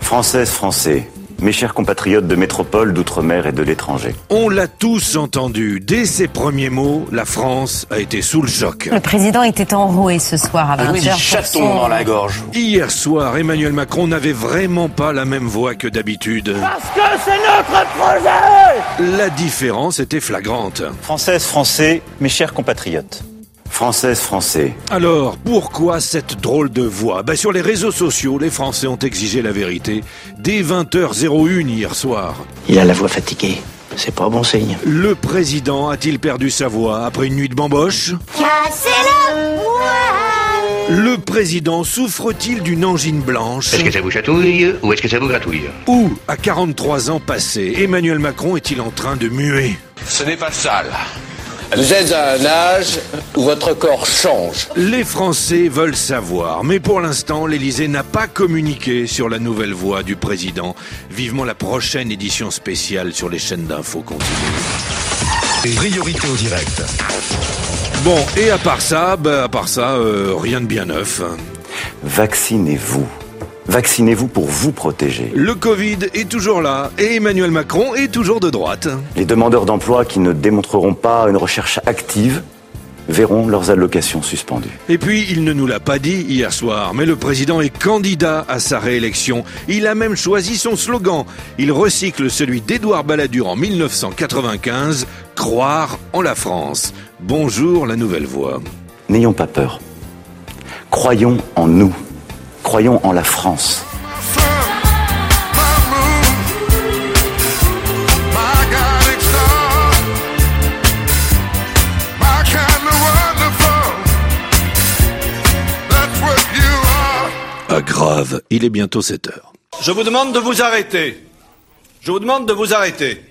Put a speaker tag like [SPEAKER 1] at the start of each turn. [SPEAKER 1] Françaises, Français, mes chers compatriotes de métropole, d'outre-mer et de l'étranger.
[SPEAKER 2] On l'a tous entendu. Dès ses premiers mots, la France a été sous le choc.
[SPEAKER 3] Le président était enroué ce soir à 20h.
[SPEAKER 4] petit Ah chaton dans la gorge.
[SPEAKER 2] Hier soir, Emmanuel Macron n'avait vraiment pas la même voix que d'habitude.
[SPEAKER 5] Parce que c'est notre projet
[SPEAKER 2] La différence était flagrante.
[SPEAKER 1] Françaises, Français, mes chers compatriotes. Françaises, Français,
[SPEAKER 2] Alors, pourquoi cette drôle de voix ben, Sur les réseaux sociaux, les Français ont exigé la vérité dès 20h01 hier soir.
[SPEAKER 6] Il a la voix fatiguée. C'est pas bon signe.
[SPEAKER 2] Le président a-t-il perdu sa voix après une nuit de bamboche
[SPEAKER 5] Cassez-le moi
[SPEAKER 2] Le président souffre-t-il d'une angine blanche
[SPEAKER 7] Est-ce que ça vous chatouille ou est-ce que ça vous gratouille
[SPEAKER 2] Ou, à 43 ans passés, Emmanuel Macron est-il en train de muer
[SPEAKER 8] Ce n'est pas sale. Vous êtes à un âge où votre corps change.
[SPEAKER 2] Les Français veulent savoir, mais pour l'instant, l'Élysée n'a pas communiqué sur la nouvelle voix du président. Vivement la prochaine édition spéciale sur les chaînes d'infos continue.
[SPEAKER 9] Priorité au direct.
[SPEAKER 2] Bon, et à part ça, bah, à part ça, euh, rien de bien neuf.
[SPEAKER 1] vaccinez-vous. Vaccinez-vous pour vous protéger.
[SPEAKER 2] Le Covid est toujours là, et Emmanuel Macron est toujours de droite.
[SPEAKER 1] Les demandeurs d'emploi qui ne démontreront pas une recherche active verront leurs allocations suspendues.
[SPEAKER 2] Et puis, il ne nous l'a pas dit hier soir, mais le président est candidat à sa réélection. Il a même choisi son slogan. Il recycle celui d'Édouard Balladur en 1995, Croire en la France. Bonjour la nouvelle voix.
[SPEAKER 1] N'ayons pas peur. Croyons en nous. Croyons en la France.
[SPEAKER 2] Ah grave, il est bientôt 7 heures.
[SPEAKER 10] Je vous demande de vous arrêter. Je vous demande de vous arrêter.